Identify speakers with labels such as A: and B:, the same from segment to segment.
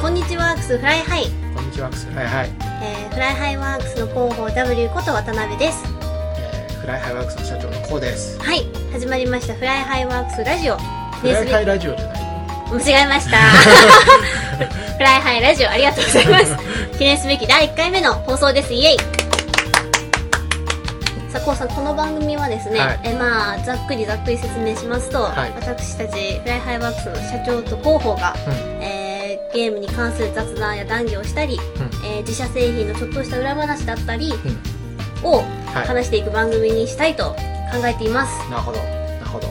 A: こんにちワークスフライハイ、
B: こんにちは、フライハイ、
A: えーフライハイワークスの広報 W こと渡辺です
B: えーフライハイワークスの社長のコウです。
A: はい始まりましたフライハイワークスラジオ
B: フライハイラジオじゃない。
A: 間違えま したフライハイラジオありがとうござい ます記念すべき第1回目の放送ですイエイさあこうさんこの番組はですね、
B: はい
A: えまあざっくりざっくり説明しますと、
B: はい
A: 私たちフライハイワークスの社長と広報が、えーゲームに関する雑談や談義をしたり、えー自社製品のちょっとした裏話だったり
B: うん、うん、
A: を
B: はい。なる
A: 話していく番組にしたいと考えています、
B: ほど、なるほど。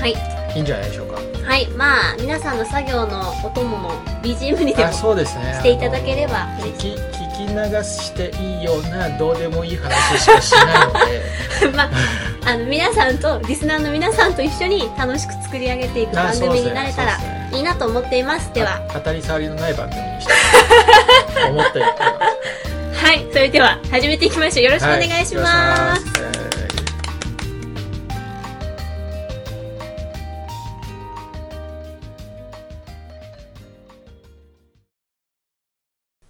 A: はい
B: いいんじゃないでしょうか。
A: はいまあ皆さんの作業のお供も BGM にでも
B: あ、そうですね。
A: していただければ
B: あの聞き聞き流していいようなどうでもいい話しかしないので、
A: まあ、あの皆さんとリスナーの皆さんと一緒に楽しく作り上げていく
B: あ
A: 番
B: そう
A: 組
B: ですね
A: になれたら
B: そうですね
A: いいなと思っていますでは
B: あ当たり障りのない番組 にしたいと思っています。
A: はいそれでは始めていきましょうよろしくお願いしま
B: は
A: す、
B: いよろしくお願いします。えー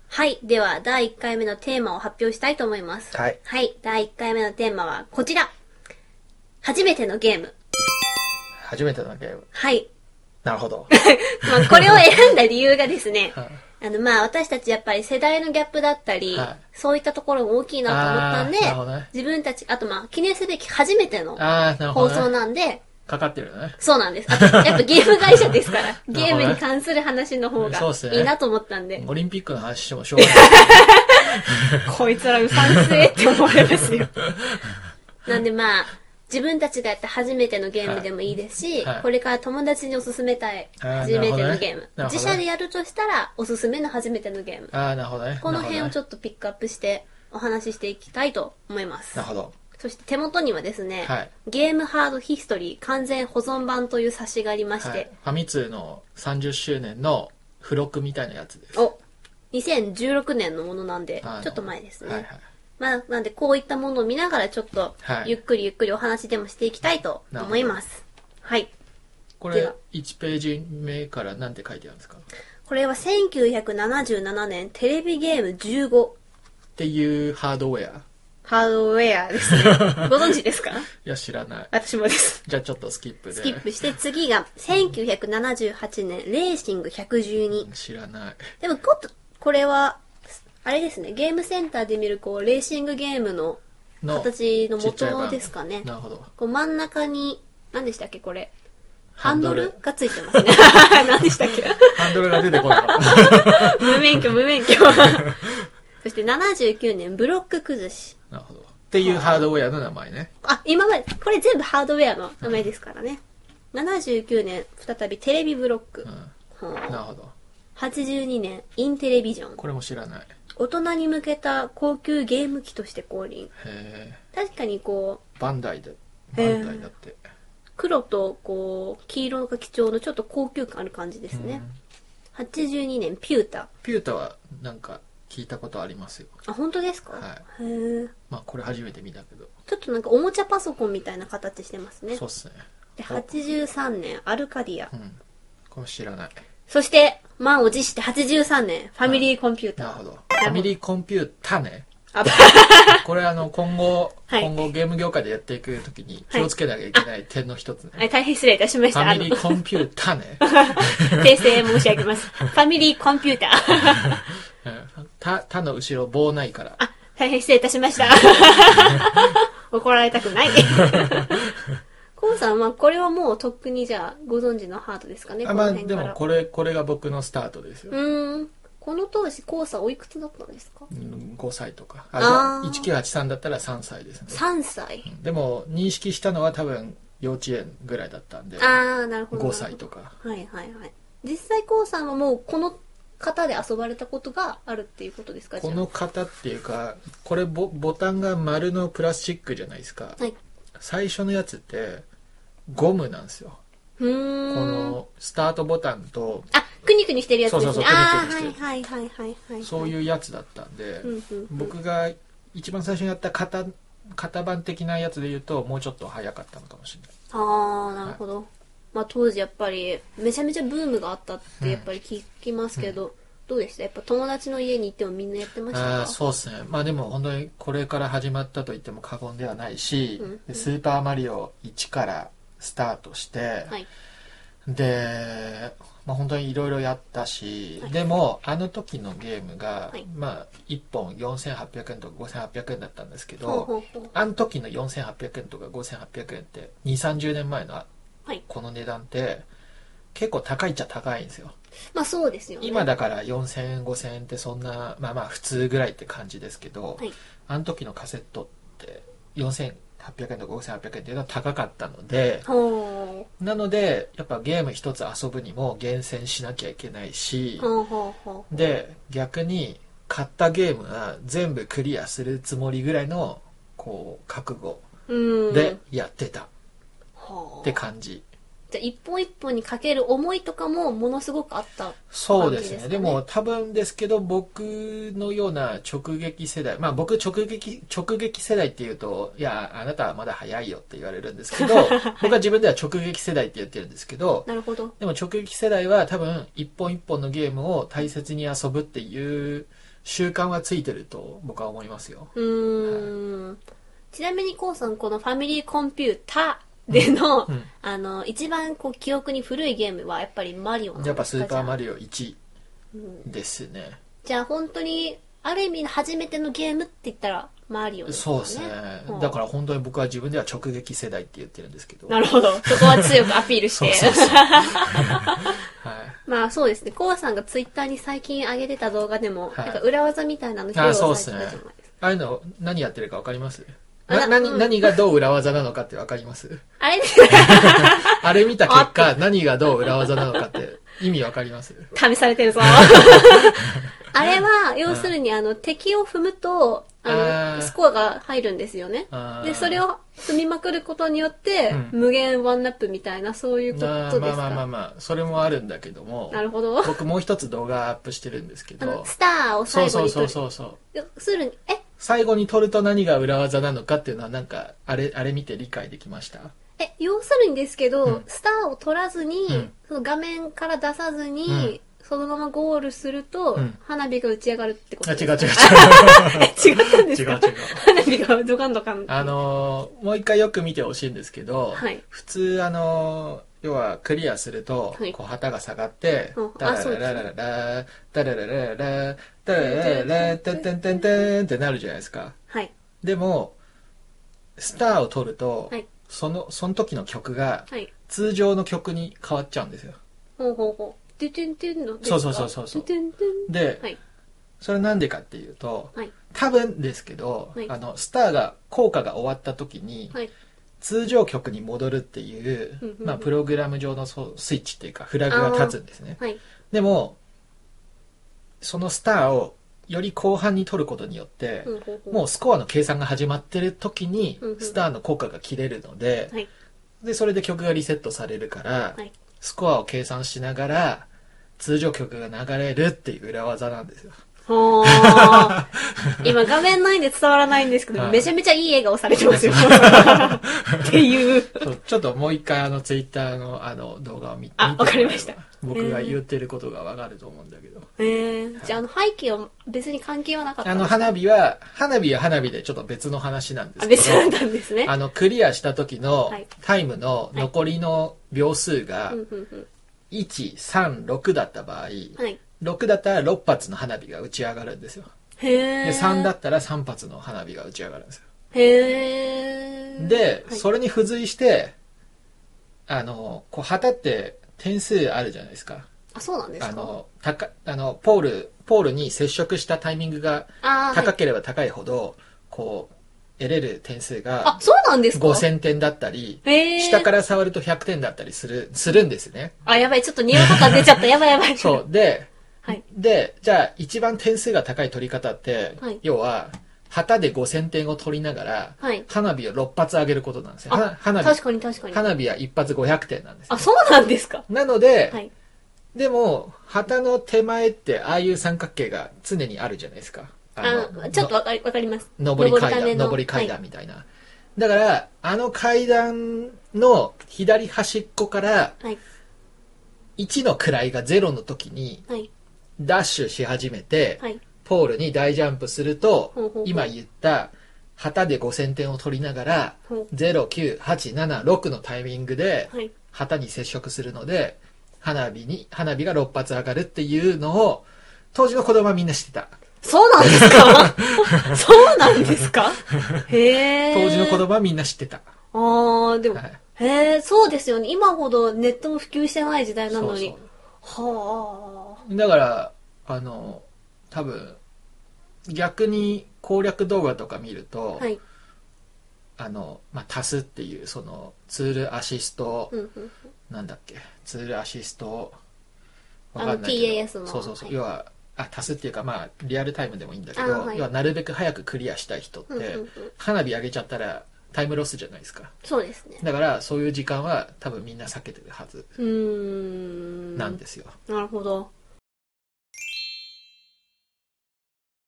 A: はいでは第1回目のテーマを発表したいと思います
B: はい
A: はい、第1回目のテーマはこちら初めてのゲーム
B: 初めてのゲーム。
A: はい
B: なるほ ど。
A: まあ、これを選んだ理由がですね、
B: はい
A: あの、まあ、私たちやっぱり世代のギャップだったり、
B: はい
A: そういったところも大きいなと思ったんで
B: あーなるほどね、
A: 自分たち、あとまあ、記念すべき初めての
B: ああ、なる
A: 放
B: ほど、
A: 送
B: ね。
A: なんで、
B: かかってるね。
A: そうなんです。あとやっぱゲーム会社です から、
B: ほど
A: ゲ
B: ね
A: ームに関する話の方
B: そうっす
A: が
B: ね
A: いいなと思ったんで、
B: オリンピックの話してもしょうがない。
A: こいつらうさんくせえって思われます よ。なんでまあ、自分たちがやった初めてのゲームでもいいですし、
B: はいはい
A: これから友達におすすめたい
B: あー
A: 初めてのゲーム、
B: なるほどねなるほどね
A: 自社でやるとしたらおすすめの初めてのゲーム。
B: ああ、なるほどね。
A: この辺をち
B: ょっ
A: ょっとピックアップしてお話ししていきたいと思います
B: なる。ほど。
A: そして手元にはですね、
B: はい
A: ゲームハードヒストリー完全保存版という冊子がありまして、
B: はい。ファミ通の30周年の付録みたいなやつです。
A: お2016年のものなんで
B: あ、の
A: ちょっと前ですね。
B: はいはい。
A: まあ、なんでこういったものを見ながらちょっと
B: は、い
A: ゆっくりゆっくりお話でもしていきたいと思います。はい。
B: こ
A: で
B: れ
A: は、
B: 1ページ目から何て書いてあるんですかっ
A: これは1977年テレビゲーム15
B: ていうハードウェア。い
A: ハードウェアです ね。ご存知ですか
B: や、知らない。
A: 私もです。
B: じゃあちょっとスキップで。
A: スキップして次が1978年レーシング112。
B: 知らない。
A: でもこっとこれは、あれですね、ゲームセンターで見るこうレーシングゲームの
B: の
A: 形の
B: ちっちゃい版
A: 元ですかね。
B: なるほど。
A: こう真ん中に、何でしたっけこれ。ハ
B: ハ
A: ン
B: ン
A: ド
B: ドル
A: ルがついてますね。 何でしたっけ
B: ハンドルが出て こなかった。
A: 無免許無免 許。そして79年ブロック崩し。
B: なるほど。っていうハードウェアの名前ね。
A: あ、今まで、これ全部ハードウェアの名前ですからね。79年、再びテレビブロック
B: うん。。
A: ほう
B: なるほど。
A: 82年インテレビジョン
B: これも知らない。
A: 大人に向けた高級ゲーム機として降臨
B: へ
A: 確かにこう
B: ーバンダイで。バンダイだって。
A: 黒とこう黄色が基調のちょっと高級感ある感じですね、82年ピュータ
B: ピュータはなんか聞いたことありますよ。
A: あ本当ですか、
B: は
A: へえ
B: まあこれ初めて見たけど。
A: ちょっとなんかおもちゃパソコンみたいな形してますね
B: そうっすね。
A: で83年アルカディア、
B: うん。これ知らない。
A: そして満を持して83年ファミリーコンピューター、
B: なるほど。ファミリーコンピュータね。
A: あ
B: これあの今後、
A: はい
B: 今後ゲーム業界でやっていくときに気をつけなきゃいけない点の一つね。
A: あ大変失礼いたしまし
B: フ
A: たあ
B: ァ
A: の
B: ミリーコンピュー タね。
A: 訂正申し上げ ますファミリーコンピューター
B: うんた、たの後ろ棒ないから。
A: あ、大変失礼いたし ました。怒られたくない。コウさんは、これはもうとっくにじゃあ、ご存知のハートですかね、
B: あ
A: この
B: まあ
A: 辺
B: で
A: から。
B: もこれ、これが僕のスタートですよ。
A: うーん。この当時、コウさんおいくつだったんですか
B: うん5歳とか。あ、じゃ
A: あ
B: あ
A: ー
B: 1983だったら3歳ですね。
A: ?3 歳。
B: でも認識したのは多分幼稚園ぐらいだったんで。
A: あー、なるほど。
B: 5歳とか。
A: か。はいはいはい。実際コウさんはもう、この方で遊ばれたことがあるっていうことですか
B: この型っていうかこれボボタンが丸のプラスチックじゃないですか、
A: じゃあはい。
B: 最初のやつってゴムなんですよ、
A: うーん。
B: このスタートボタンと
A: あ、くにくにしてるやつですね。
B: そうそうそう
A: あ
B: くにくにし
A: ー、はいはいはいはいはい。
B: そういうやつだったんで、
A: うんうんうん
B: 僕が一番最初にやった型型番的なやつで言うともうちょっと早かったのかもしれない
A: ああなるほど、まあ当時やっぱりめちゃめちゃブームがあったってやっぱり聞きますけど、どうでしたやっぱ友達の家に行ってもみんなやってましたか
B: あーそうですね。まあでも本当にこれから始まったと言っても過言ではないし、
A: うんうん
B: スーパーマリオ1からスタートして、
A: はい
B: で、まあ、本当にいろいろやったし、
A: はい
B: でもあの時のゲームが、
A: はい
B: まあ1本4800円とか5800円だったんですけど、
A: ほうほうほう
B: あの時の4800円とか5800円って2、30年前の
A: はい
B: この値段って結構高いっちゃ高いんですよ。
A: まあそうですよね
B: 今だから4000円5000円ってそんなまあまあ普通ぐらいって感じですけど、
A: はい
B: あの時のカセットって4800円とか5800円っていうのは高かったので
A: ほ
B: なのでやっぱゲーム一つ遊ぶにも厳選しなきゃいけないし
A: う、ほうほうほう
B: で逆に買ったゲームは全部クリアするつもりぐらいのこう覚悟
A: うん
B: でやってた
A: ほ
B: っ
A: う
B: て感じ、
A: じゃあ一本一本にかける思いとかもものすごくあった
B: そうです
A: 感
B: ね
A: じですかね
B: でも多分ですけど僕のような直撃世代まあ僕直撃直撃世代っていうといやあなたはまだ早いよって言われるんですけ ど僕は自分では直撃世代って言ってるんですけど
A: なるほど
B: でも直撃世代は多分一本一本のゲームを大切に遊ぶっていう習慣はついてると僕は思いますよ
A: うーんちなみにこうさんこのファミリーコンピュータでの、
B: うん
A: あの一番こう記憶に古いゲームはやっぱりマリオなんですか
B: やっぱスーパーマ
A: リ
B: リオ1ですね
A: じゃあ本当にある意味の初めてのゲームって言ったらマリオですか
B: そ
A: ね
B: うですね
A: ん
B: だから本当に僕は自分では直撃世代って言ってるんですけど
A: なるほどそこは強くアピールして
B: そうそうそうはい
A: まあそうですねコウさんがツイッターに最近上げてた動画でも、
B: はい
A: なんか裏技みたいなの披
B: あ
A: 露さ
B: そう
A: れ
B: で
A: てたじゃないで
B: すね
A: すか
B: ああいうの何やってるか分かります
A: あ
B: な何
A: うん
B: 何がどう裏技なのかって分かります
A: あれ
B: あれ見た結果何がどう裏技なのかって意味分かります
A: 試されてるぞ。 あれは、要するに、あの、敵を踏むと、あ
B: あ
A: の、
B: ー
A: スコアが入るんですよね。
B: あー
A: で、それを踏みまくることによって、
B: うん
A: 無限ワンナップみたいな、そういうこと
B: まあ
A: ですか。
B: まあまあまあまあそれもあるんだけども
A: なるほど。
B: 僕もう一つ動画アップしてるんですけ
A: あの、
B: ど
A: スターを
B: そ
A: 最
B: う
A: 後
B: そう
A: に
B: そ
A: 取
B: う
A: る。
B: そうそう
A: 要するに、え、
B: 最後に取ると何が裏技なのかっていうのはなんかあれあれ見て理解できました
A: え、要するにですけど、
B: うん
A: スターを取らずに、
B: うん
A: その画面から出さずに、
B: うん
A: そのままゴールすると、
B: うん
A: 花火が打ち上がるってこ
B: あ
A: と
B: 違う違う
A: か
B: 違
A: 違
B: う
A: ったんです
B: 違う
A: か
B: 違う
A: 花火がドカンドカン。
B: あのーもう一回よく見てほしいんですけど、
A: はい
B: 普通あのー要はクリアすると、
A: はい
B: こう旗が下がって
A: うん、
B: ダ
A: あそう
B: ラ
A: です
B: ラ
A: ね
B: ラララ、ダラララララ、ダラララララ、テンテンテンテンってなるじゃないですか。
A: はい。
B: でも、スターを取ると、
A: はい
B: その、その時の曲が
A: はい。
B: 通常の曲に変わっちゃうんですよ。
A: ほうほうほう。ててんてんのです
B: そ
A: か。
B: うそうそうそうそう
A: てんてん。
B: で、
A: はい。
B: それなんでかっていうと、
A: はい。
B: 多分ですけど、
A: はい
B: あの、スターが、効果が終わった時に、
A: はい。
B: 通常曲に戻るっていう
A: うんうん、うん
B: まあ、プログラム上のそうスイッチっていうかフラグが立つんですね
A: はい。
B: でもそのスターをより後半に取ることによって、
A: ほうほうほう。
B: もうスコアの計算が始まってる時に
A: うんうん
B: スターの効果が切れるので,、
A: はい。
B: でそれで曲がリセットされるから、
A: はい
B: スコアを計算しながら通常曲が流れるっていう裏技なんですよ
A: ほ ー。今画面ないんで伝わらないんですけど、
B: はい
A: めちゃめちゃいい笑顔されてます よ。っていう。
B: そうちょっともう一回あのツイッターのあの動画を見見て
A: あ
B: もらえ
A: わか
B: れ
A: り
B: ば
A: ました
B: 僕が言ってることがわかると思うんだけど
A: えー、じゃあ、あの、背景は別に関係はなかった
B: あ
A: ん
B: の
A: ですか
B: 花火は、花火は花火でちょっと別の話なんです
A: あ、
B: け
A: 別だっ
B: ど、
A: たんですね。
B: あの、クリアした時の
A: はい
B: タイムの残りの秒数が
A: うん、うんうん。
B: 1、3、6だった場合、
A: はい。
B: 6だったら6発の花火が打ち上がるんですよ。
A: へー。
B: で、3だ。ったら3発の花火が打ち上がるんですよ。
A: へー。
B: で、
A: はい
B: それに付随して、あの、こう、旗って点数あるじゃないですか。
A: あ、そうなんです
B: あ
A: か
B: の、高い、あの、ポール、ポールに接触したタイミングが
A: あー、は
B: 高
A: い。
B: ければ高いほど、こう、得れる点数
A: あ
B: が、
A: そうなんですか
B: 5000点だったり、
A: へー。
B: 下から触ると100点だったりする、するんですね。
A: あ、やばい、ちょっと匂いとか出ちゃ った。やばいやばい。
B: そう。。で、
A: はい。
B: で、じゃあ一番点数が高い取り方って、
A: はい
B: 要は、旗で5000点を取りながら、
A: はい
B: 花火を6発上げることなんですよ。
A: あ
B: は花
A: 確
B: 火、
A: かに確かに。
B: 花火は1発500点なんですよ
A: あ、そうなんですか
B: なので、
A: はい。
B: でも、旗の手前って、ああいう三角形が常にあるじゃないですか。
A: あちょっとわかり、わかります。
B: 上り階段、上
A: 登
B: り階
A: は
B: 段みたいな。だから、あの階段の左端っこから
A: い。はい。
B: 1の位が0の時に
A: はい。
B: ダッシュし始めて、
A: はい。
B: ポールに大ジャンプすると
A: ほうほうほう
B: 今言った旗で5000点を取りながら
A: ほ
B: 09876のタイミングで
A: うはい。
B: 旗に接触するので花火に花火が6発上がるっていうのを当時の子供はみんな知ってた
A: そうなんです かそうなんですかへえ。
B: 当時の子供はみんな知ってた、
A: あー、でも、
B: はい
A: へえ、そうですよね。今ほどネットも普及してない時代な
B: そ
A: の
B: う
A: に。は
B: そうだからあの多分逆に攻略動画とか見る
A: あ。
B: と、
A: はい。
B: あのまあ、足すっていうそのツールアシスト、
A: うんうん
B: なんだっけツールアシスト
A: あの TAS の
B: そうそうそう、
A: はい
B: 要はあ足すっていうかまあリアルタイムでもいいんだけ
A: あ
B: ど、
A: はい
B: 要はなるべく早くクリアしたい人って、
A: うんうんうん
B: 花火上げちゃったらタイムロスじゃないですか
A: そうですね。
B: だからそういう時間は多分みんな避けてるはず
A: うーん。
B: なんですよ、
A: なるほど。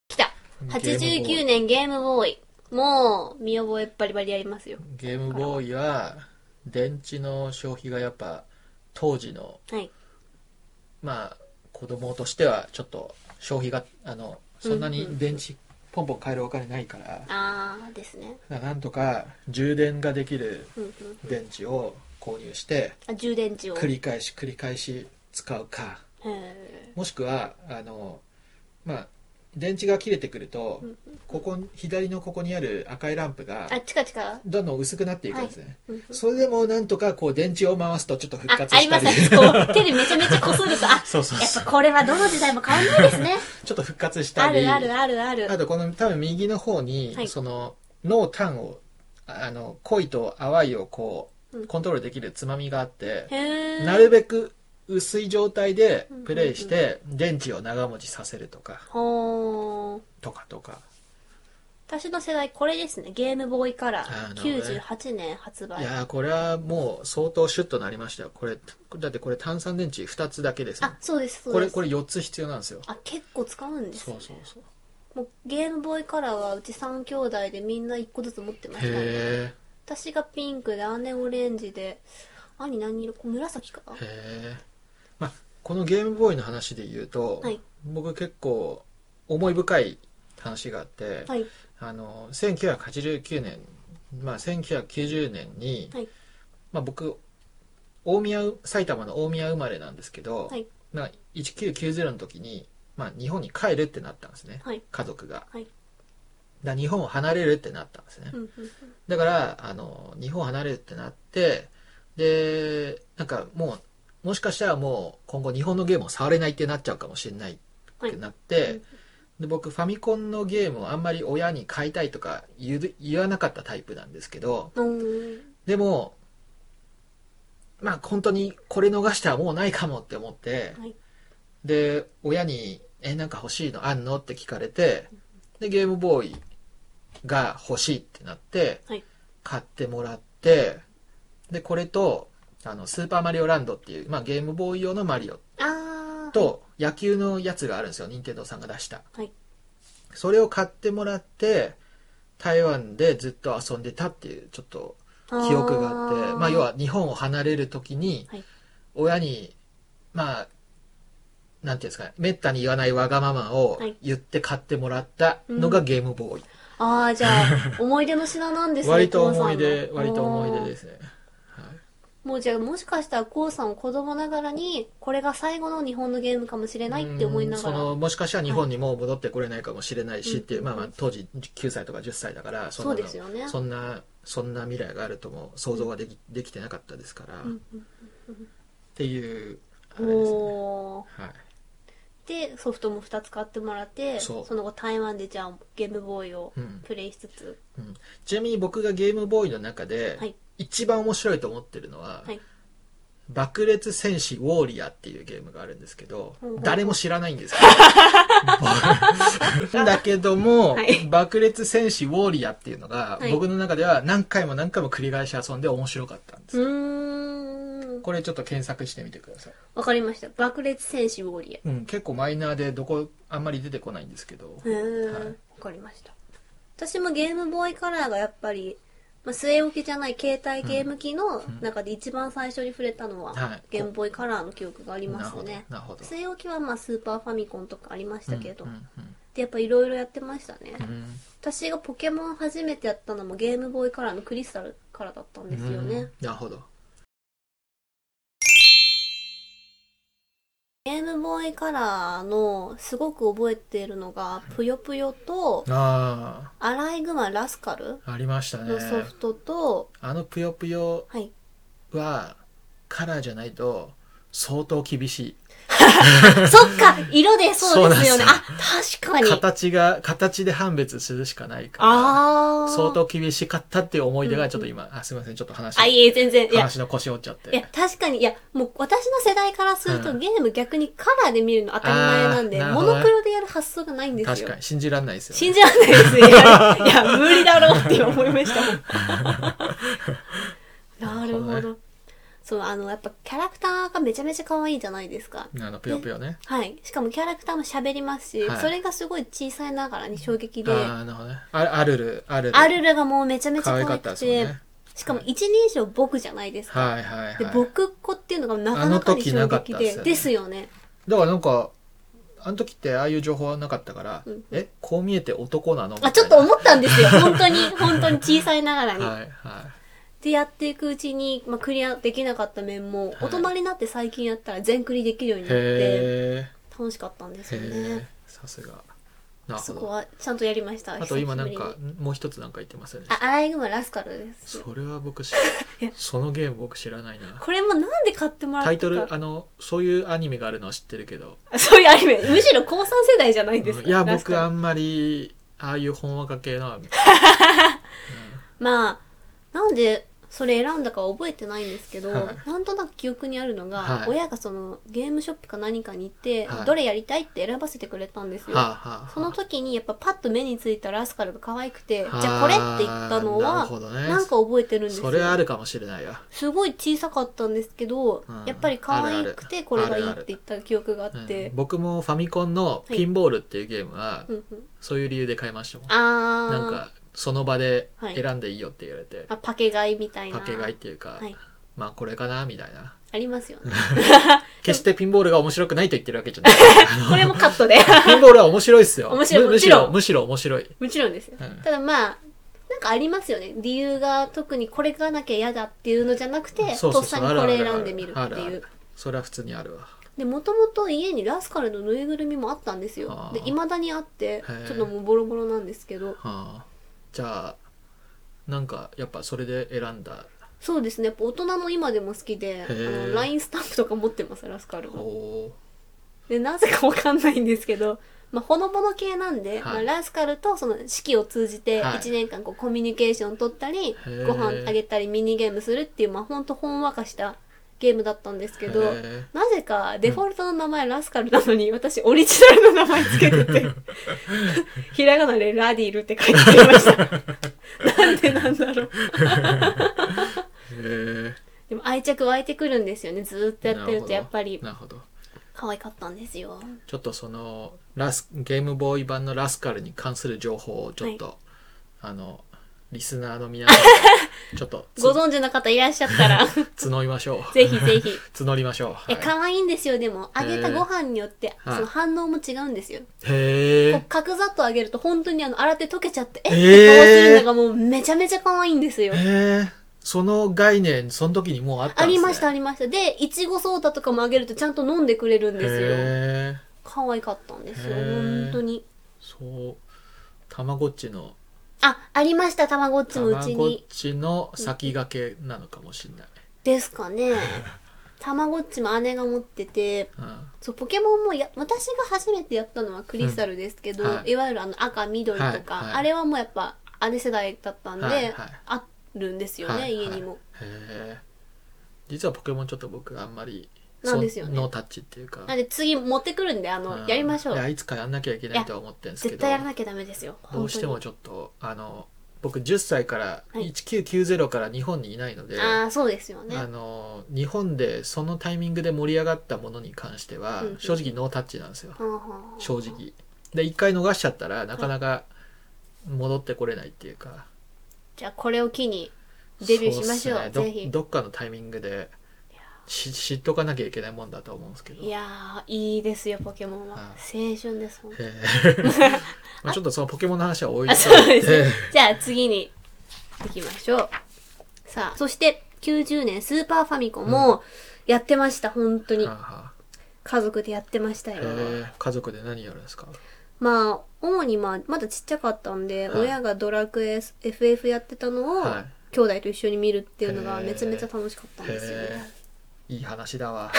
A: 来た。89年ゲームボーイ。もう、見覚えバリバリありますよ。
B: ゲームボーイは電池の消費がやっぱ当時の
A: はい。
B: まあ子供としてはちょっと消費があのそんなに電池ポンポン買えるお金ないから、
A: あー、ですね。
B: だからなんとか充電ができる
A: うんうん。
B: 電池を購入して
A: あ、充電池を。
B: 繰り返し繰り返し使うか
A: へ
B: もしくはあのまあ電池が切れてくると
A: ん
B: ここ左のここにある赤いランプが
A: ーあ、チカチカ。
B: どんどん薄くなっていくんですね、
A: うんうん
B: それでもなんとかこう電池を回すとちょっと復
A: あ、
B: 活
A: あり
B: した
A: ま
B: り
A: す。こう、手でめちゃめちゃこすると、あ、
B: そうそう
A: やっ
B: そう
A: ぱこれはどの時代も変わんないですね。
B: ちょっと復活 した
A: あ
B: り
A: るあるあるある。
B: あとこの多分右の方に、
A: はい
B: その濃淡をあの濃いと淡いをこ
A: う
B: うんコントロールできるつまみがあって、
A: へー
B: なるべく薄い状態でプレイして電池を長持ちさせるとか
A: ほー
B: とかとか
A: 私の世代これですね。ゲームボーイカラ
B: あ
A: ー。
B: なるほどね
A: 98年発
B: い
A: 売。
B: やーこれはもう相当シュッとなりましたよこれだってこれ炭酸電池2つだけですもん
A: あ、そうです、そう
B: こ
A: で
B: れ
A: す。
B: これ4つ必要なんですよ
A: あ、結構使うんです
B: そう
A: ね。
B: そうそう
A: もうゲームボーイカラーはうち3兄弟でみんな1個ずつ持ってましたね。
B: へ
A: 私がピンクで、姉オレンジで、兄何色紫かな
B: えへえまあこのゲームボーイの話で言うと、
A: はい
B: 僕結構思い深い話があって、
A: はい。
B: あの1989年、まあ、1990年に、
A: はい
B: まあ、僕大宮埼玉の大宮生まれなんですけど、
A: はい
B: まあ、1990の時に、まあ、日本に帰るってなったんですね、
A: はい
B: 家族が、
A: はい
B: だから日本を離れるってなったんですね、
A: うんうんうん
B: だからあの日本を離れるってなってでなんかもうもしかしたらもう今後日本のゲームを触れないってなっちゃうかもしれない
A: は
B: っ
A: い
B: て。なって、で僕ファミコンのゲームをあんまり親に買いたいとか言う言わなかったタイプなんですけど
A: うーん
B: でもまあ本当にこれ逃したらもうないかもって思って、
A: はい
B: で親に「えなんか欲しいのあんの?」って聞かれてでゲームボーイが欲しいってなって、
A: はい
B: 買ってもらってでこれとあのスーパーマリオランドっていう、まあ、ゲームボーイ用のマリオ
A: あー。
B: と野球のやつがあるんですよ任天堂さんが出した、
A: はい
B: それを買ってもらって台湾でずっと遊んでたっていうちょっと記憶があって
A: ー
B: まあ、要は日本を離れる時に
A: はい
B: 親にまあなんていうんですかねめったに言わないわがままを
A: はい
B: 言って買ってもらったのがゲームボーイ、
A: ああ、じゃ あ、思い出の品なんですね。
B: 割と
A: コウさん
B: 思
A: の
B: い出割と思い出ですね、はい、
A: もうじゃあ、もしかしたら、こうさんを子供ながらに、これが最後の日本のゲームかもしれないって思いながら。
B: うんそのもしかしたら日本にもう戻ってこれないかもしれないしっていう、まあ、まあ当時9歳とか10歳だからそんな
A: そうですよね
B: そんなそんな未来があるとも想像ができ,、できてなかったですから、っていうあれですね、
A: おー
B: はい、
A: で、ソフトも2つ買ってもらって、
B: そう
A: の後台湾でじゃあ、ゲームボーイを
B: うん
A: プレイしつつ。
B: うんちなみに僕がゲームボーイの中で
A: はい
B: 一番面白いと思ってるのは「
A: はい
B: 爆裂戦士ウォーリアー」っていうゲームがあるんですけど、
A: うん
B: 誰も知らないんです けどだけども、
A: はい
B: 爆裂戦士ウォーリアーっていうのが、
A: はい
B: 僕の中では何回も何回も繰り返し遊んで面白かったんです、
A: うーん。
B: これちょっと検索してみてください、
A: わかりました。爆裂戦士ウォーリア
B: うん、結構マイナーでどこあんまり出てこないんですけど、
A: へー
B: はい
A: わかりました。私もゲームボーイカラーがやっぱり、まあ、据え置きじゃない携帯ゲーム機の中で一番最初に触れたのは、
B: はい
A: ゲームボーイカラーの記憶がありますね
B: なるほどなるほど
A: 据え置きはまあスーパーファミコンとかありましたけど、
B: うん
A: でやっぱいろいろやってましたね、
B: うんうん
A: 私がポケモン初めてやったのもゲームボーイカラーのクリスタルからだったんですよね、
B: うんなるほど
A: ゲームボーイカラーのすごく覚えているのが「ぷよぷよ」と
B: あ
A: 「アライグマラスカル
B: あありまし」たね
A: のソフトと、
B: あのぷよぷよ
A: はい
B: はカラーじゃないと相当厳しい
A: そっか色でそうですよね
B: そう
A: あ
B: なん
A: 確かに
B: 形が形で判別するしかないから
A: ああ
B: 相当厳しかったっていう思い出がちょっと今、あすいませんちょっと話
A: あいえいえ全然いや
B: 話の腰折っちゃっ
A: いや
B: て
A: 確かにいやもう私の世代からすると、
B: うん
A: ゲーム逆にカラーで見るの当たり前なんで
B: あーなる
A: モ
B: ほどね
A: ノクロでやる発想がないんですよ
B: 確かに信じらんないですよ、ね、
A: 信じられないですね。 いや、無理だろうって思いましたもん。なる
B: な
A: ほ
B: るほ
A: ど。そう、あの、やっぱキャラクターがめちゃめちゃ可愛いじゃないですか。
B: あのぷよぷよね
A: はい。しかもキャラクターも喋りますし、
B: はい
A: それがすごい小さいながらに衝撃で、
B: ああなるほどねああるるあるる
A: アルルがもうめちゃめち
B: 可
A: ゃ
B: 愛か
A: 可愛
B: った
A: く
B: ですもん
A: て、
B: ね
A: しかも一人称僕じゃないですか。
B: はいはい
A: で、
B: はい
A: 僕っ子っていうのがなかなかに衝
B: あの時なかっ
A: 撃
B: た
A: で、
B: ですよね
A: ですよね。
B: だからなんかあの時ってああいう情報はなかったから、
A: うん
B: えこう見えて男なのみたいな
A: あ、ちょっと思ったんですよ。本当に、本当に小さいながらに。
B: はいは
A: でやっていくうちに、まあ、クリアできなかった面も、
B: はい
A: 大人になって最近やったら全クリできるよう
B: い
A: になって
B: へ
A: 楽しかったんです
B: え
A: よ
B: へえ
A: ね
B: さすがなる
A: そ
B: ほ
A: こ
B: ど
A: はちゃんとやりました
B: あと今なん
A: 久し
B: か
A: ぶり
B: もう一つなんか言ってませんで
A: に
B: した
A: あアライグマラスカルです
B: それは僕 し
A: いや
B: そのゲーム僕知らないな
A: これもなんで買ってもらったか
B: タイトルあのそういうアニメがあるのは知ってるけど
A: あそういうアニメむしろ高3世代じゃないんですか
B: いや
A: ラスカ
B: 僕
A: ル
B: あんまりああいうほんわ か系な
A: まあなんでそれ選んだかは覚えてないんですけど、
B: はい
A: なんとなく記憶にあるのが、
B: はい
A: 親がそのゲームショップか何かに行って、
B: はい
A: どれやりたいって選ばせてくれたんですよ、
B: はあはあ
A: その時にやっぱパッと目についたラスカルが可愛くて、
B: はあ
A: じゃあこれって言ったの
B: なる
A: は、
B: ほどね
A: なんか覚えてるんです
B: それはあ
A: よ。
B: るかもしれないわ
A: すごい小さかったんですけど、
B: うん
A: やっぱり可愛く
B: あるあ
A: て
B: る
A: これがいいって言った記憶があ
B: うん
A: って。
B: 僕もファミコンのピンボールっていうゲームは
A: うんうん
B: そういう理由で買いましたもん、
A: あー
B: なんかその場で選んでいいよって言われて、
A: あパケ買いみたいな。
B: パケ買いっていうか、
A: はい
B: まあこれかなみたいな
A: ありますよ ね。
B: 決してピンボールが面白くないと言ってるわけじゃない
A: これもカットで。
B: ピンボールは面白いっすよ
A: 面白い
B: む
A: も
B: む
A: ち
B: し
A: ろ
B: ろ
A: ん
B: むしろ面白い
A: もちろんですよ。
B: うん
A: ただまあ、なんかありますよね。理由が特にこれがなきゃ嫌だっていうのじゃなくて、
B: そう
A: とっ
B: そう
A: さ
B: そう
A: にこれ選んでみる
B: あ
A: って
B: るあるあ
A: い
B: るあ
A: う
B: る。それは普通にあるわ
A: で、もともと家にラスカルのぬいぐるみもあったんですよ
B: あ。ー
A: で、未だにあって
B: へ、ー
A: ちょっともうボロボロなんですけど。
B: はあじゃあなんかやっぱそれで選んだ
A: そうですねやっぱ大人の今でも好きであ
B: ー
A: の LINE スタンプとか持ってますラスカル
B: お
A: の
B: お
A: でなぜかわかんないんですけど、 まあ、ほのぼの系なんで、ま
B: はい
A: あ、ラスカルとその式を通じて
B: はい
A: 1年間こうコミュニケーション取ったり、
B: ー
A: ご飯あげたりミニゲームするっていう、まあ、ほんとほんわかしたゲームだったんですけど
B: へ
A: なぜかデフォルトの名前ラスカルなのに私オリジナルの名前つけて てひらがなでラディルって書いてありましたなんでなんだろう
B: え
A: でも愛着湧いてくるんですよねずーっとやってるとやっぱり
B: なるほど
A: 可愛かったんですよ
B: ちょっとそのラスゲームボーイ版のラスカルに関する情報をちょっと、あのリスナーの皆 さんちょっとつ
A: ご存知の方いらっしゃったらぜ
B: 募りましょう
A: ひ ぜひ
B: 募りましょう、
A: え
B: はい
A: 可愛いんですよでも揚げた
B: へー
A: ご飯によってそ
B: はい
A: の反応も違うんですよ、
B: へ
A: こう
B: え
A: 角砂糖あげると本当にあの洗って溶けちゃってえっ
B: へ
A: っ
B: ー
A: て顔するのがもうめちゃめちゃ可愛いんですよ
B: へえその概念その時にもうあった
A: あ
B: んです、ね、
A: りましたありましたでいちごソーダとかもあげるとちゃんと飲んでくれるんですよ
B: へえ
A: 可愛かったんですよ
B: へー
A: 本当に
B: そうたまごっちの
A: あありましたたまごったちもう
B: ま
A: ち
B: ごっ
A: に
B: ちの先駆けなのかもしれない、
A: ですか ねたまごっちも姉が持ってて
B: うん
A: そうポケモンもや私が初めてやったのはクリスタルですけど、
B: うん
A: い
B: はい
A: わゆるあの赤緑とか、
B: はいはい
A: あれはもうやっぱ姉世代だったんで、
B: はいはい
A: あるんですよね、
B: はい
A: 家にも、
B: はいへえ実はポケモンちょっと僕あんまり
A: なんですよね
B: そノータッチっていうか
A: なんで次持ってくるんであの、
B: うん
A: やりましょ
B: いや
A: う
B: いつかやんなきゃいけないとは思ってるんですけど
A: 絶対やらなきゃダメですよ
B: どうしてもちょっとあの僕10歳から、
A: はい
B: 1990から日本にいないの
A: 本
B: で
A: 当にああそうですよね
B: あの日本でそのタイミングで盛り上がったものに関しては、
A: うん
B: 正直ノータッチなんですよ、
A: はんはんはん
B: 正直で一回逃しちゃったらなかなか戻ってこれないっていうか、
A: じじゃあこれを機にデビューしましょう
B: そっすね
A: ぜひ
B: どどっかのタイミングでし知っとかなきゃいけないもんだと思うんですけど
A: いやーいいですよポケモンは
B: はい
A: 青春ですほんと
B: えー まあちょっとそのポケモンの話は置い
A: あ
B: と
A: そう
B: い
A: です
B: て
A: ね、じゃあ次に行きましょうさあそして90年スーパーファミコンもやってました、本当に
B: はあはあ
A: 家族でやってましたよ、
B: えー家族で何やるんですか
A: まあ主にまあまだちっちゃかったんで、
B: はい
A: 親がドラクエ FF やってたのを、
B: は
A: 兄弟と一緒に見るっていうのが
B: へー
A: めちゃめちゃ楽しかったんですよね
B: へいいい話だ わ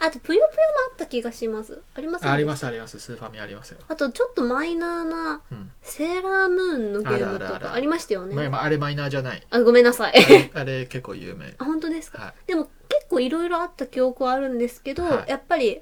A: あとぷよぷよもあった気がしますあります
B: あありますすありますスーファミありますよ、
A: あとちょっとマイナーな
B: うん
A: セーラームーンのゲームと
B: あるあるあ
A: か
B: る
A: ありましたよね
B: まあまあ、あれマイナーじゃない
A: あごめんなさい
B: あれあれ結構有名
A: あ本当ですか、
B: はい
A: でも結構いろいろあった記憶はあるんですけど、
B: はい
A: やっぱり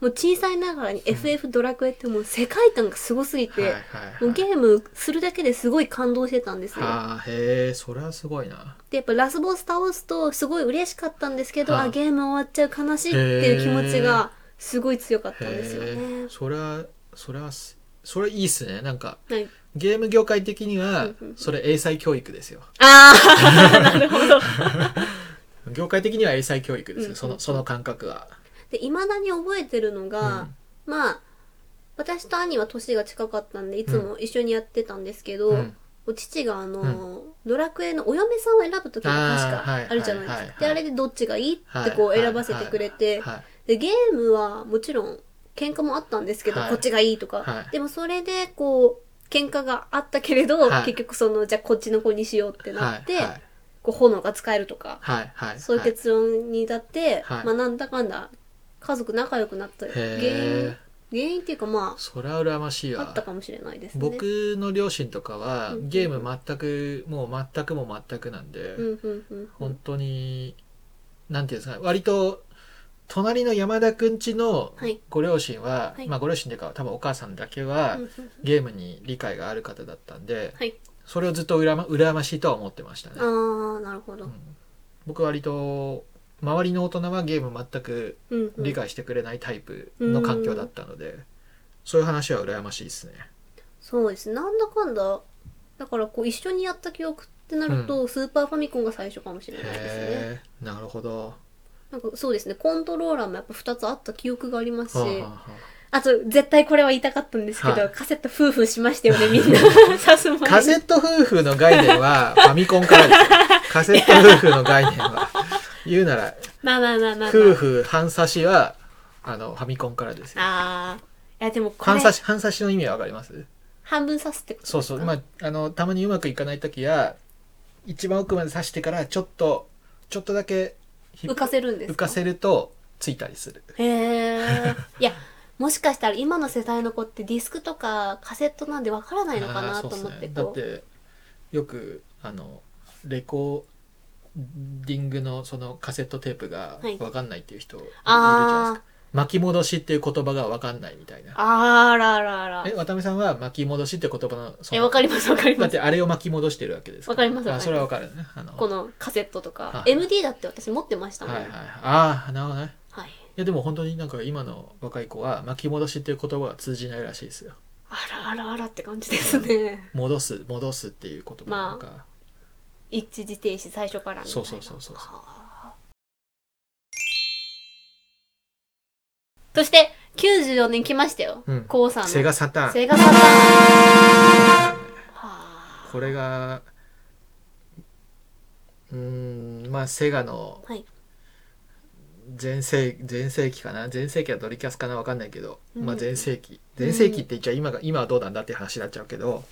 A: もう小さいながらに FF ドラクエってもう世界観がすごすぎて、
B: はいはい
A: もう
B: はい
A: ゲームするだけですごい感動してたんですよ。
B: はあへえそれはすごいな
A: でやっぱラスボス倒すとすごい嬉しかったんですけど、
B: はい
A: あゲーム終わっちゃう悲しいっていう気持ちがすごい強かったんですよ
B: へ
A: ね
B: え。それはそれはすそれいいっすねなんか
A: はい、
B: ゲーム業界的には
A: うんうんうん
B: それ英才教育ですよ
A: ああ なるほど。
B: 業界的には英才教育です
A: うんうん
B: よそのその感覚は
A: で未だに覚えてるのが、まあ私と兄は年が近かったんでいつも一緒にやってたんですけど、
B: うん
A: お父があの、
B: う
A: ドラクエのお嫁さんを選ぶ時が確
B: あーはい
A: かあるじゃないですか、
B: はいはい
A: であれでどっちがいいってこう選ばせてくれて、
B: はい
A: でゲームはもちろん喧嘩もあったんですけど、
B: はい
A: こっちがいいとか、
B: はい
A: でもそれでこう喧嘩があったけれど、
B: はい
A: 結局そのじゃあこっちの子にしようってなって、
B: はいはい
A: こう炎が使えるとか、
B: はいはい
A: そういう
B: はい
A: 結論に至って、
B: はい
A: まあなんだかんだ家族仲良くなった原因
B: へえ
A: 原因っていうかま
B: それは羨ましい
A: ああ
B: わ
A: ったかもしれないですね
B: 僕の両親とかは
A: うん
B: ゲーム全くもう全くも全くなんで
A: うんうんうんうん
B: 本当になんていうんですか割と隣の山田くんちの
A: はい
B: ご両親は、
A: はい
B: まあご両親というか多分お母さんだけは
A: うんうん
B: ゲームに理解がある方だったんで
A: はい
B: それをずっと羨ま羨ましいとは思ってましたね、
A: ああなるほ
B: う
A: ど
B: ん、僕割と周りの大人はゲーム全く
A: うんうん
B: 理解してくれないタイプの環境だったので、そういう話は羨ましいですね
A: そうですなんだかんだだからこう一緒にやった記憶ってなると、スーパーファミコンが最初かもしれないですね
B: へえなるほど
A: なんかそうですねコントローラーもやっぱ2つあった記憶がありますし、
B: はあはあは
A: あと絶対これは言いたかったんですけど、
B: はい
A: カセット夫婦しましたよねみんな さすまい
B: あカセット夫婦の概念はファミコンからですよカセット夫婦の概念は言うなら
A: まあまあまあまあ、まあ、
B: 夫婦半差しはあのファミコンからですよ
A: ああ。いや、でもこれ
B: 半、差し半差しの意味はわかります
A: 半分刺すってこと
B: そうそう、まあ、あのたまにうまくいかない時や一番奥まで刺してからちょっとちょっとだけひっ
A: 浮かせるんです
B: 浮
A: か
B: かせるとついたりする
A: へ え。いや、もしかしたら今の世代の子ってディスクとかカセットなんでわからないのか
B: あ
A: な
B: ーそ
A: と
B: うす
A: 思
B: ね
A: って、
B: だっ
A: こう。
B: てよくあのレコーディングのそのカセットテープが
A: はい
B: わかんないっていう人いるじゃないで
A: あ
B: すか、巻き戻しっていう言葉がわかんないみたいな
A: あ、あらあらあら
B: え。渡辺さんは巻き戻しって言葉のそ
A: え、
B: の
A: わかりますわかり
B: だ
A: ま
B: っ
A: す。
B: てあれを巻き戻してるわけです
A: わかりますわかります
B: あそれはわかるねあの
A: このカセットとか
B: は。い
A: MD だって私持ってましたもん。
B: は
A: は
B: いはい
A: い。
B: ああなるほどねいやでも本当になんか今の若い子は巻き戻しっていう言葉が通じないらしいですよ
A: あらあらあらって感じですね。
B: 戻す戻すっていう言葉なんか、
A: 一時停止最初からみたいな
B: そうそうそうそう
A: はあそして、94年来ましたよ。
B: うん
A: コウさんの。
B: セガサターン
A: セガサターンは
B: これがうーんまあセガの
A: はい
B: 全盛全盛期かな全盛期はドリキャスかなわかんないけど、
A: うん
B: まあ全盛期全盛期って言っちゃ今が今はどうなんだって話になっちゃうけど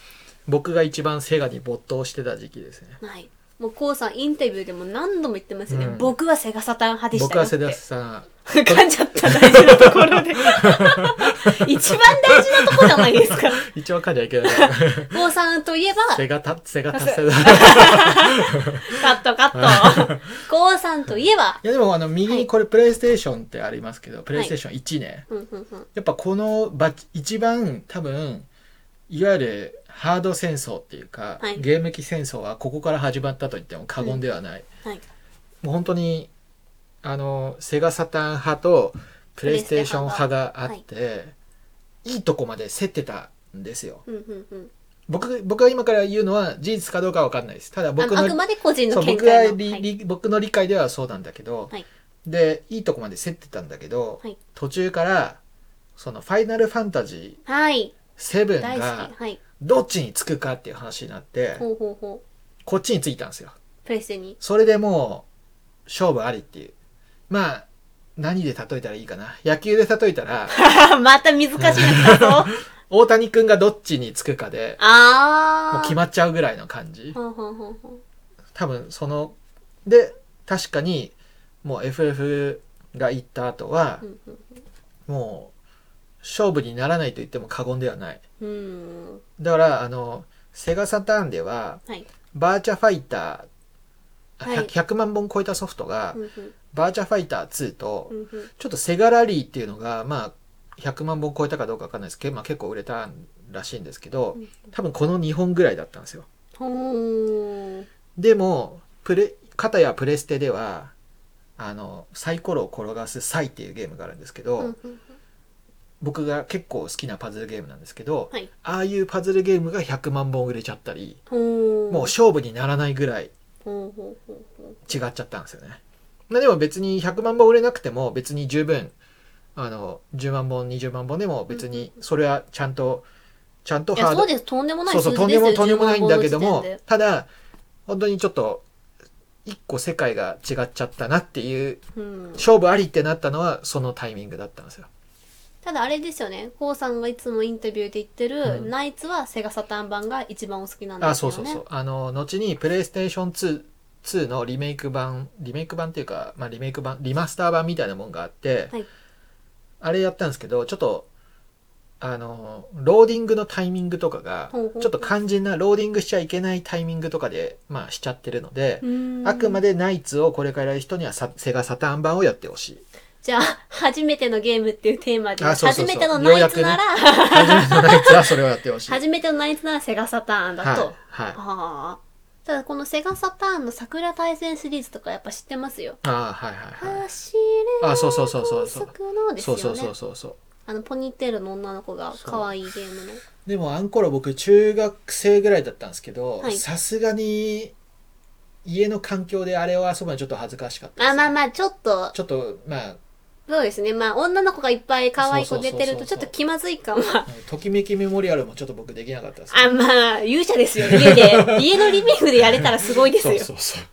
B: 僕が一番セガに没頭してた時期ですね
A: あはい。もうコウさんインタビューでも何度も言ってますよね。
B: うん
A: 僕はセガサターン派でし
B: 僕
A: たよ
B: は
A: っ
B: セ
A: て。
B: ガさ
A: 噛んじゃった大事なところで。一番大事なとこじゃないですか。
B: ん一応噛んじゃいけ ない
A: コウさんといえば、
B: セガタセガタ
A: セ
B: セガい
A: カットカット。コウさんといえば、
B: やでもあの右にこれプレイステーションってありますけど、プレイステーション1ね、
A: うんうんうん。
B: やっぱこのバチ一番多分いわゆるハード戦争っていうか、
A: はい
B: ゲーム機戦争はここから始まったと言っても過言ではない、
A: はい。
B: もう本当にあのセガサターン派とプレイステーション派があって、い、いとこまで競ってたんですよ
A: うんうんうん。
B: 僕僕が今から言うのは事実かどうかは分かんないですただ
A: あ
B: 僕
A: のあく
B: の
A: まで個人の
B: そう
A: 見
B: 僕が
A: 解の
B: り、
A: はい
B: り僕の理解ではそうなんだけど、
A: はい
B: でいいとこまで競ってたんだけど、
A: はい
B: 途中からその「ファイナルファンタジー
A: はい、
B: 7」
A: 大好
B: が
A: き。はい。
B: どっちにつくかっていう話になって
A: ほうほうほ
B: こっちについたんですよ
A: う。プレステに。
B: それでもう勝負ありっていうまあ何で例えたらいいかな野球で例えた ら
A: また難しいな来た ぞ。
B: 大谷君がどっちにつくかでも
A: あ
B: う
A: ー。
B: 決まっちゃうぐらいの感じ
A: ほうほうほうほう
B: 多分そので確かにもう FF が行った後は
A: うんうん
B: もう勝負にならないと言っても過言ではないう
A: ーん。
B: だからあのセガサターンでは
A: はい。
B: バーチャファイター
A: はい
B: 100, 100万本超えたソフトが、
A: うんうん
B: バーチャファイター2と、
A: うんうん
B: ちょっとセガラリーっていうのが、まあ、100万本超えたかどうかわかんないですけど、まあ、結構売れたらしいんですけど
A: うん
B: 多分この2本ぐらいだったんですよ
A: ほー。
B: でもプレ片やプレステではあのサイコロを転がす「サイ」っていうゲームがあるんですけど、
A: うんうん
B: 僕が結構好きなパズルゲームなんですけど、
A: はい
B: ああいうパズルゲームが100万本売れちゃったり
A: ほー。
B: もう勝負にならないぐらい
A: ほうほうほうほ
B: 違っちゃったんですよね。まあでも別に100万本売れなくても別に十分あの10万本20万本でも別にそれはちゃんとちゃんと
A: う。いや、
B: ハー
A: そ
B: ド
A: うです。とんでもない
B: そう
A: 数字
B: そ
A: で
B: う
A: すよ
B: とんでもとんでもないんだけど
A: 10万本の時
B: も
A: 点で
B: ただ本当にちょっと一個世界が違っちゃったなっていう
A: うん。
B: 勝負ありってなったのはそのタイミングだったんですよ。
A: ただあれですよね。こうさんがいつもインタビューで言ってる、
B: うん
A: ナイツはセガサターン版が一番お好きなんですよね。
B: あそうそうそう。あの後にプレイステーション 2, 2のリメイク版リメイク版っていうか、まあ、リメイク版リマスター版みたいなもんがあって、
A: はい
B: あれやったんですけどちょっとあのローディングのタイミングとかが
A: ほうほうほう
B: ちょっと肝心なローディングしちゃいけないタイミングとかで、まあ、しちゃってるので
A: う、ーん。
B: あくまでナイツをこれからやる人にはさセガサターン版をやってほ しい。
A: じゃあ、初めてのゲームっていうテーマで、
B: あそうそう
A: 初
B: そう
A: めてのナイツなら、
B: 初めてのナイツはそれをやってほしい。
A: 初めてのナイツならセガサターンだと。
B: はいはい、あ
A: ああ。ただこのセガサターンの桜大戦シリーズとかやっぱ知ってますよ。
B: あはいはいはい。
A: 走れ
B: あそうそうそうそうそう
A: 高速のです
B: そ
A: よ
B: う
A: ね。
B: そうそうそうそう。
A: あの、ポニーテールの女の子が可愛いゲームの。
B: でもあの頃僕中学生ぐらいだったんですけど
A: はい
B: さすがに家の環境であれを遊ぶのはちょっと恥ずかしかったです
A: あ、まあまあ、ちょっと、
B: ちょっとまあ
A: そうですね。まあ、女の子がいっぱい可愛い子出てると
B: そう
A: ち
B: そうそうそう
A: ょっと気まずい感は。
B: ときめきメモリアルもちょっと僕できなかったです
A: あ、まあ、勇者ですよ。家 で。家のリビングでやれたらすごいです
B: そう
A: よ。
B: そうそう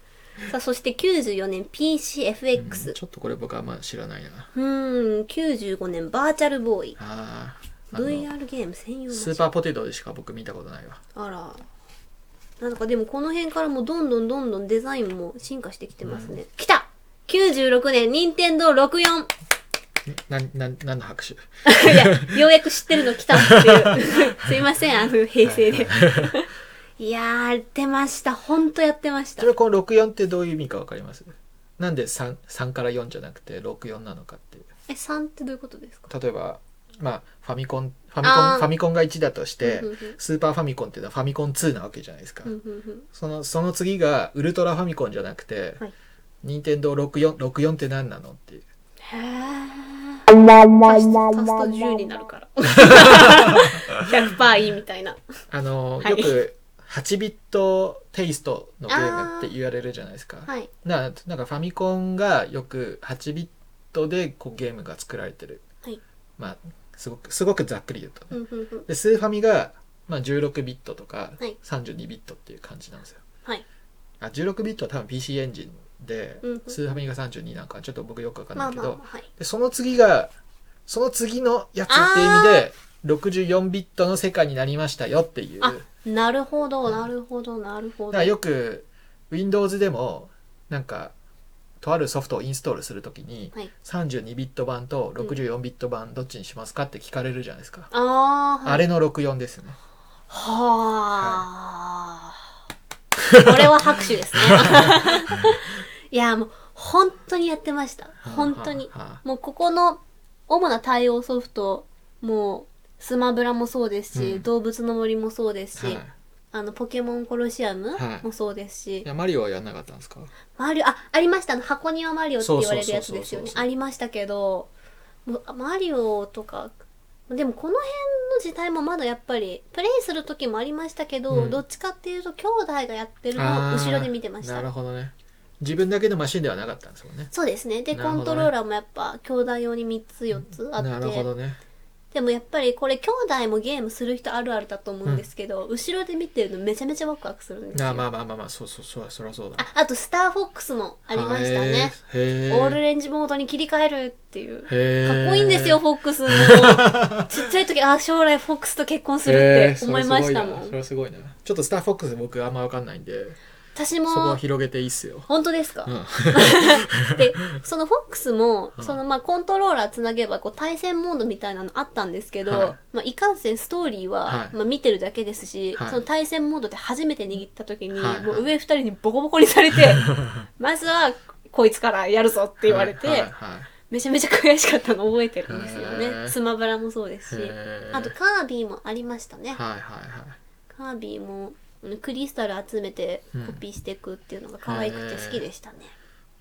A: さあ、そして94年 PCFX。
B: ちょっとこれ僕はあんま知らないな
A: うーん、95年バーチャルボーイ。
B: あーあの
A: VR ゲーム専用の
B: スーパーポテトでしか僕見たことないわ
A: あら。なんかでもこの辺からもうどんどんどんどんデザインも進化してきてますね。来た !96 年、任天堂 64!
B: なな何の拍手
A: いや、ようやく知ってるの来たって いう。すいません、あの、平成で。 いやー、やってました。ほんとやってました
B: そ。れこの64ってどういう意味かわかりますなんで 3, 3から4じゃなくて64なのかっていう
A: え、3ってどういうことですか
B: 例えばまあファミコンファミコン
A: あー
B: ファミコンが1だとして、
A: うんうんうん
B: スーパーファミコンっていうのはファミコン2なわけじゃないですか、
A: うんうんうん
B: そのその次がウルトラファミコンじゃなくて、
A: はい
B: 任天堂64 64って何なのっていう
A: へー。足す足すと10になる から。100%いいみたいな。
B: あの、
A: はい
B: よく8ビットテイストのゲームって言われるじゃないですか、
A: はい。
B: ななんかファミコンがよく8ビットでこうゲームが作られてる、
A: はい
B: まあすごくすごくざっくり言うとね、
A: うんうんうん
B: でスーファミが、まあ、16ビットとか
A: はい
B: 32ビットっていう感じなんですよ、
A: はい
B: あ16ビットは多分 PC エンジンで、
A: うんうん
B: スーファミが32なんかちょっと僕よくわかん
A: ま
B: な
A: あ
B: いけ
A: ま
B: ど、
A: あまあ、はい。
B: でその次がその次のやつっていう意味で64ビットの世界になりましたよっていうだ
A: あ
B: か、
A: なるほど、
B: うん
A: なるほど、なるほど。
B: らよく Windows でもなんかとあるソフトをインストールするときに
A: はい
B: 32ビット版と64ビット版どっちにしますかって聞かれるじゃないですか、
A: あー、
B: あれの64ですね
A: はあ、これは拍手 ですね。いや、もう、本当にやってました。本当に。
B: はあはあ
A: もう、ここの主な対応ソフト、もう、スマブラもそうですし、
B: うん
A: 動物の森もそうですし、
B: はい、い
A: あの、ポケモンコロシアム
B: はい
A: もそうですし、
B: やマリオはやんなかったんですか
A: マリオ、あ、ありました。あの箱庭マリオって言われるやつですよ
B: そうそうそうそうそう
A: ね。
B: そう
A: ありましたけど、もうあマリオとか、でもこの時代もまだやっぱりプレイする時もありましたけど、
B: うん
A: どっちかっていうと兄弟がやってるのを後ろで見てまし
B: あーなる
A: た
B: ほどね自分だけのマシンではなかったんですもんね
A: そうですねで
B: なる
A: コ
B: ほどね
A: ントローラーもやっぱ兄弟用に3つ4つあ
B: な
A: っ
B: るほ
A: て、
B: どね
A: でもやっぱりこれ兄弟もゲームする人あるあるだと思うんですけど、後ろで見てるのめちゃめちゃワクワクするんですよ
B: あ
A: あ,、
B: まあまあまあまあそうそうそうそりゃそうだ
A: あとスターフォックスもありましたね
B: へ
A: オ
B: え
A: ールレンジモードに切り替えるっていうかっ
B: へー
A: こいいんですよフォックスも ちっちゃい時あ将来フォックスと結婚するって思いましたも
B: へーそ
A: ん
B: れはすごいなそれはすごいなちょっとスターフォックス僕あんま分かんないんで
A: 私
B: そこ
A: も
B: は広げていいっすよ
A: 本当ですか、
B: うん
A: でそのフォックスも、
B: うん
A: そのまあコントローラーつなげばこう対戦モードみたいなのあったんですけど、
B: はい
A: いまあ、いかんせんストーリーは、
B: はい
A: まあ、見てるだけですし、
B: はい
A: その対戦モードで初めて握った時に、
B: はい
A: もう上二人にボコボコにされて まずはこいつからやるぞって言われて、
B: はいはいはい
A: めちゃめちゃ悔しかったの覚えてるんですよ
B: へー
A: ねスマブラもそうですし
B: へー
A: あとカービィもありましたね
B: はいはいはい
A: カービィもうんクリスタル集めて
B: うん
A: コピーしていくっていうのが可愛くて好きでしたね、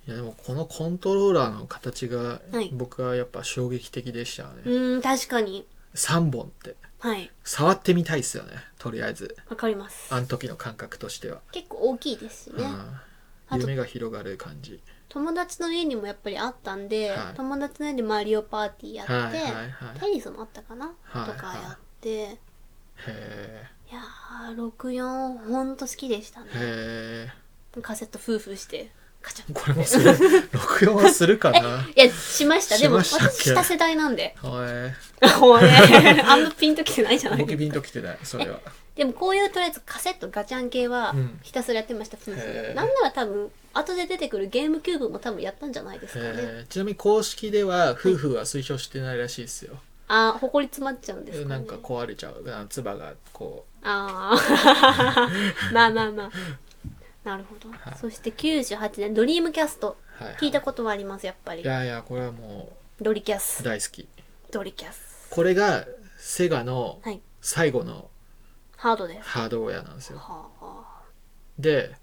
B: いやでもこのコントローラーの形が
A: はい
B: 僕はやっぱ衝撃的でしたね、
A: うーん確かに
B: 3本って
A: はい
B: 触ってみたいっすよねとりあえず
A: わかります
B: あの時の感覚としては、
A: 結構大きいですしね、
B: う
A: あ
B: ん、
A: と
B: 夢が広がる感じ
A: 友達の家にもやっぱりあったんで、
B: はい
A: 友達の家でマリオパーティーやって、
B: はいはいはい
A: テニスもあったかな、
B: はい
A: とかやって、い、
B: へ
A: やー64ほんと好きでしたね
B: えへ
A: カセット夫婦してカチャ
B: え
A: ン
B: これもする録音はするかな
A: いやしましたでも
B: しましたっけ
A: 私下世代なんで
B: はい
A: おいあんまピンときてないじゃない
B: 僕ビンときてないそれは
A: でもこういうとりあえずカセットガチャン系は
B: うん
A: ひたすらやってました、夫婦
B: へ
A: で
B: ー
A: なんなら多分後で出てくるゲームキューブも多分やったんじゃないですかね、
B: えーちなみに公式では夫婦は推奨してないらしいですよ、
A: あーほこり詰まっちゃうんですか、ね、
B: なんか壊れちゃうあの唾がこ
A: ああ まあまあまあなるほど、
B: はい
A: そして98年ドリームキャスト
B: う、はいはい
A: 聞いたことはありますやっぱ
B: い
A: り
B: やいやこれはも
A: ドリキャ
B: う
A: ス
B: 大好き
A: ドリキャス
B: これがセガの
A: はい
B: 最後の
A: ハードです
B: ハードウェアなんですよ
A: はあ
B: で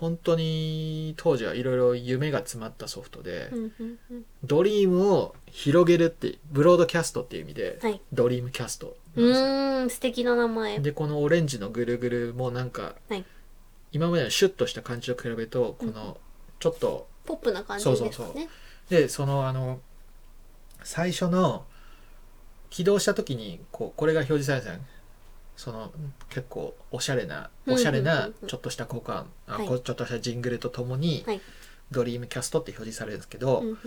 B: 本当に当時はいろいろ夢が詰まったソフトで、
A: うんうんうん
B: ドリームを広げるってブロードキャストっていう意味で、
A: はい
B: ドリームキャスト
A: う
B: なんですよ
A: ーん素敵な名前
B: でこのオレンジのぐるぐるもなんか、
A: はい
B: 今までのシュッとした感じと比べるとこのちょっと、
A: ポップな感じですかね
B: そうそうでそのあの最初の起動した時にこうこれが表示されてたのその結構おしゃれな
A: うん
B: おしゃれ
A: う
B: なん
A: うんうん
B: ちょっとした効果音、あ
A: はい
B: こうちょっとしたジングルとともに
A: はい
B: 「ドリームキャスト」って表示されるんですけど、
A: うんうん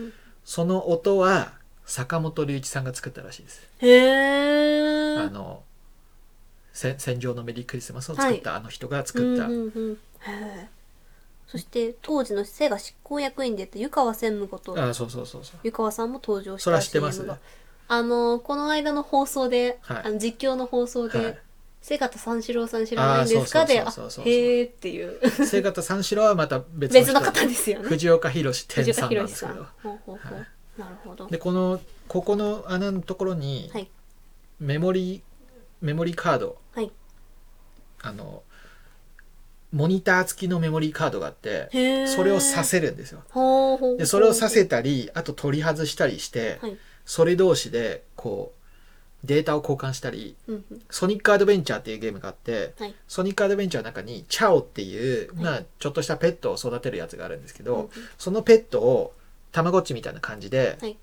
B: その音は坂本龍一さんが作ったらしいです。
A: へ
B: あ
A: ー
B: のせ戦場のメリークリスマスを作った、あの人が作った、
A: うんうんうんへーそして当時のセガ執行役員でやった湯川専務こと
B: あそうそうそうそう
A: 湯川さんも登場した
B: それは知ってます
A: CM があのこの間の放送で、
B: はい
A: あの実況の放送で、
B: はい
A: 瀬方三四郎さん知らないんですか
B: あー
A: で
B: そう
A: あ
B: そうそうそうそう
A: へーっていう
B: 生方三四郎はまた別 の
A: 別
B: 人
A: の方ですよね
B: 藤岡弘天
A: 藤
B: さ
A: 岡
B: んなん
A: 弘
B: です
A: さ
B: け
A: ん
B: ど
A: ほうほうほう、
B: はい
A: なるほど
B: でこのここの穴のところに
A: はい
B: メモリメモリカード
A: はい
B: あのモニター付きのメモリカードがあって
A: へー
B: それをさせるんですよ
A: ほうほうほう
B: でそれをさせたりあと取り外したりして
A: はい
B: それ同士でこうデータを交換したり
A: うんうん
B: ソニックアドベンチャーっていうゲームがあって
A: はい
B: ソニックアドベンチャーの中にチャオっていう、まあ、ちょっとしたペットを育てるやつがあるんですけど、
A: うんうん
B: そのペットをたまごっちみたいな感じで、
A: はい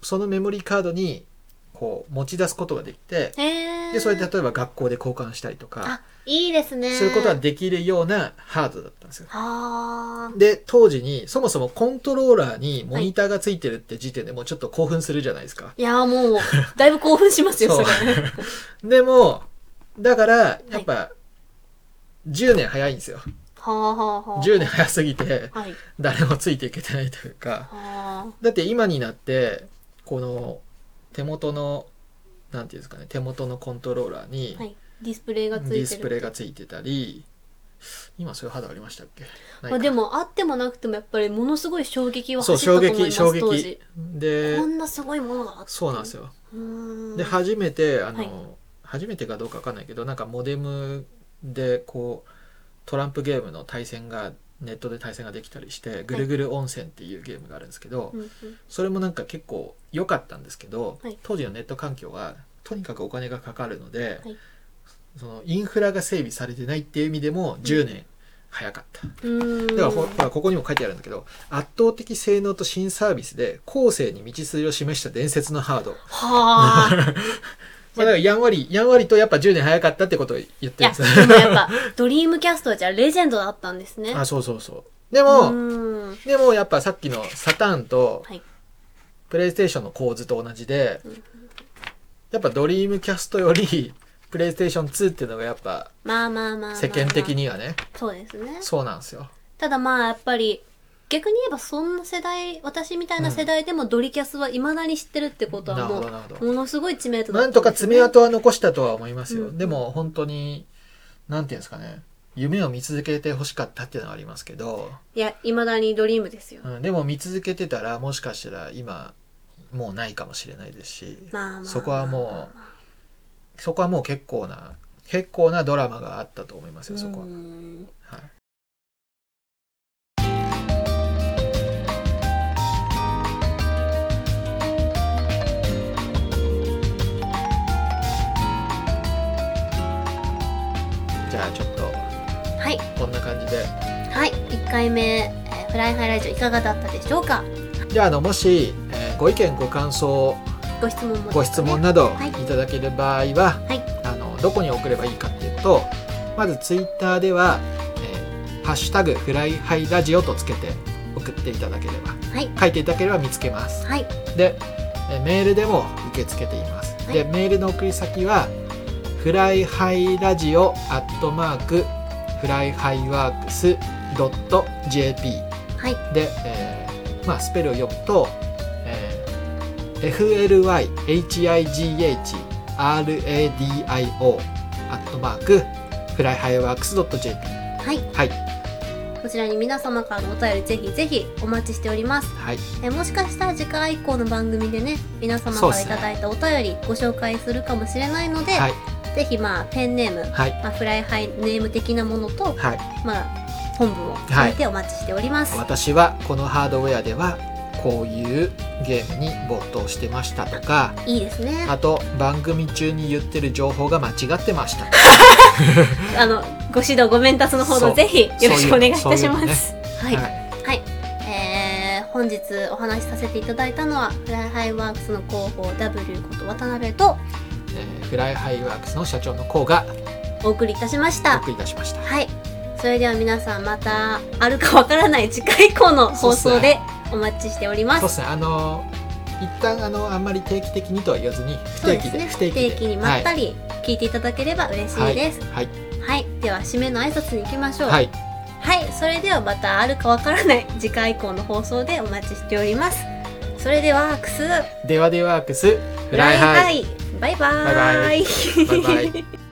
B: そのメモリーカードにこう持ち出すことができて
A: へー
B: でそれで例えば学校で交換したりとか
A: あいいですね
B: そういうことはできるようなハードだったんですよ。
A: はー
B: で当時にそもそもコントローラーにモニターがついてるって時点でもうちょっと興奮するじゃないですか。
A: いやーもうだいぶ興奮しますよそ
B: そ
A: うれ
B: でもだからやっぱ10年早いんですよ。
A: はあはあはあ
B: 10年早すぎて
A: はい
B: 誰もついていけてないというか。
A: は
B: だって今になってこの手元のなんていうんですかね手元のコントローラーに
A: あはいディスプレイ
B: デ
A: がついてる
B: ィスプレイがついてたり今そういう肌ありましたっけない
A: ま
B: か
A: あ、でもあってもなくてもやっぱりものすごい衝撃は走
B: そう
A: ったと
B: 衝
A: 思います当
B: 撃衝撃
A: 時
B: で
A: こんなすごいものがあった
B: そうなんですよ、
A: うーん
B: で初めてあの、
A: はい
B: 初めてかどうかわかんないけどなんかモデムでこうトランプゲームの対戦がネットで対戦ができたりして「ぐるぐる温泉」っていうゲームがあるんですけど、
A: うんうん
B: それもなんか結構良かったんですけど、
A: はい
B: 当時のネット環境はとにかくお金がかかるので、
A: はい
B: そのインフラが整備されてないっていう意味でも10年早かった、
A: うん
B: だからほほらここにも書いてあるんだけど圧倒的性能と新サービスで後世に道筋を示した伝説のハード
A: は あ
B: まあだからやんわりやんわりとやっぱ10年早かったってことを言っ
A: い
B: てる
A: や
B: んです
A: でもやっぱドリームキャストはじゃあレジェンドだったんですね
B: あそうそうそうで
A: う
B: も、
A: ーん
B: でもやっぱさっきのサターンと
A: はい
B: プレイステーションの構図と同じで、やっぱドリームキャストより プレイステーション2っていうのがやっぱ
A: まあまあまあまあまあ
B: 世間的にはね、
A: そうですね
B: そうなんですよ。
A: ただまあやっぱり逆に言えばそんな世代私みたいな世代でもドリキャスはいまだに知ってるってこと
B: なる
A: は
B: ほ
A: も
B: どなるほど
A: う。ものすごい知名度だ
B: な
A: った
B: んとか爪
A: と
B: 痕は残したとは思います
A: う
B: よ。
A: ん
B: でも本当に、なんていうんですかね、夢を見続けて欲しかったっていうのはありますけど、
A: いやいまだにドリームですよ
B: うん、でも見続けてたらもしかしたら今、もうないかもしれないですし、
A: まあまあ
B: そこはもう、そこはもう結構な、結構なドラマがあったと思いますよ、そこは
A: うー。ん
B: はいじゃあちょっと
A: はい
B: こんな感じで
A: はい1回目、えーフライハイラジオいかがだったでしょうか
B: じゃああのもし、えーご意見ご感想
A: ご質問も、
B: ご質問など
A: はい
B: いただける場合は、
A: はい
B: あのどこに送ればいいかっていうとまずツイッターでは「えーハッシュタグフライハイラジオ」とつけて送っていただければ
A: はい
B: 書いていただければ見つけます
A: はい
B: でえーメールでも受け付けています、
A: はい
B: でメールの送り先はフライハイラジオアットマークフライハイワークスドット JP
A: はい
B: で、えーまあ、スペルを読むと、えー FLYHIGHRADIO アットマークフライハイワークスドット JP
A: はい
B: はい
A: こちらに皆様からのお便りぜひぜひお待ちしております
B: はい
A: えーもしかしたら次回以降の番組でね皆様からいただいたお便りご紹介するかもしれないので、
B: はい
A: ぜひまあペンネーム、
B: はい
A: まあ、フライハイネーム的なものと、
B: はい
A: まあ、本文を書いてお待ちしております。は
B: 私はこのハードウェアではこういうゲームに没頭してましたとか
A: い、いですね。
B: あと番組中に言ってる情報が間違ってました
A: あのご指導ご面達のほ
B: そ
A: ど
B: う
A: ぜひよろしくお願いいたし
B: そう
A: ま
B: いうそういうのね
A: す。はい、はい
B: い、
A: えー本日お話しさせていただいたのはフライハイワークスの広報 W こと渡辺と
B: えーフライハイワークスの社長の甲が
A: お送りいたしまし
B: お
A: た。
B: 送りいたしました
A: はい。それでは皆さんまたあるかわからない次回以降の放送でお待ちしておりま。
B: そうですすねあのー一旦あのあんまり定期的にとは言わずに不
A: そう
B: 定
A: で
B: 期
A: す
B: で
A: ね。
B: 不
A: 不
B: 定期で
A: 定期にまったり聞いていただければ嬉しいです。
B: はい
A: はい。では締めの挨拶に行きましょう。
B: はい、は
A: はい。
B: い、
A: それではまたあるかわからない 次回以降の放送でお待ちしております。それではクス
B: ではでワークスフ
A: フラ
B: ライ
A: イハ
B: ハイ
A: イバイバーイ。
B: バイバイバイバイ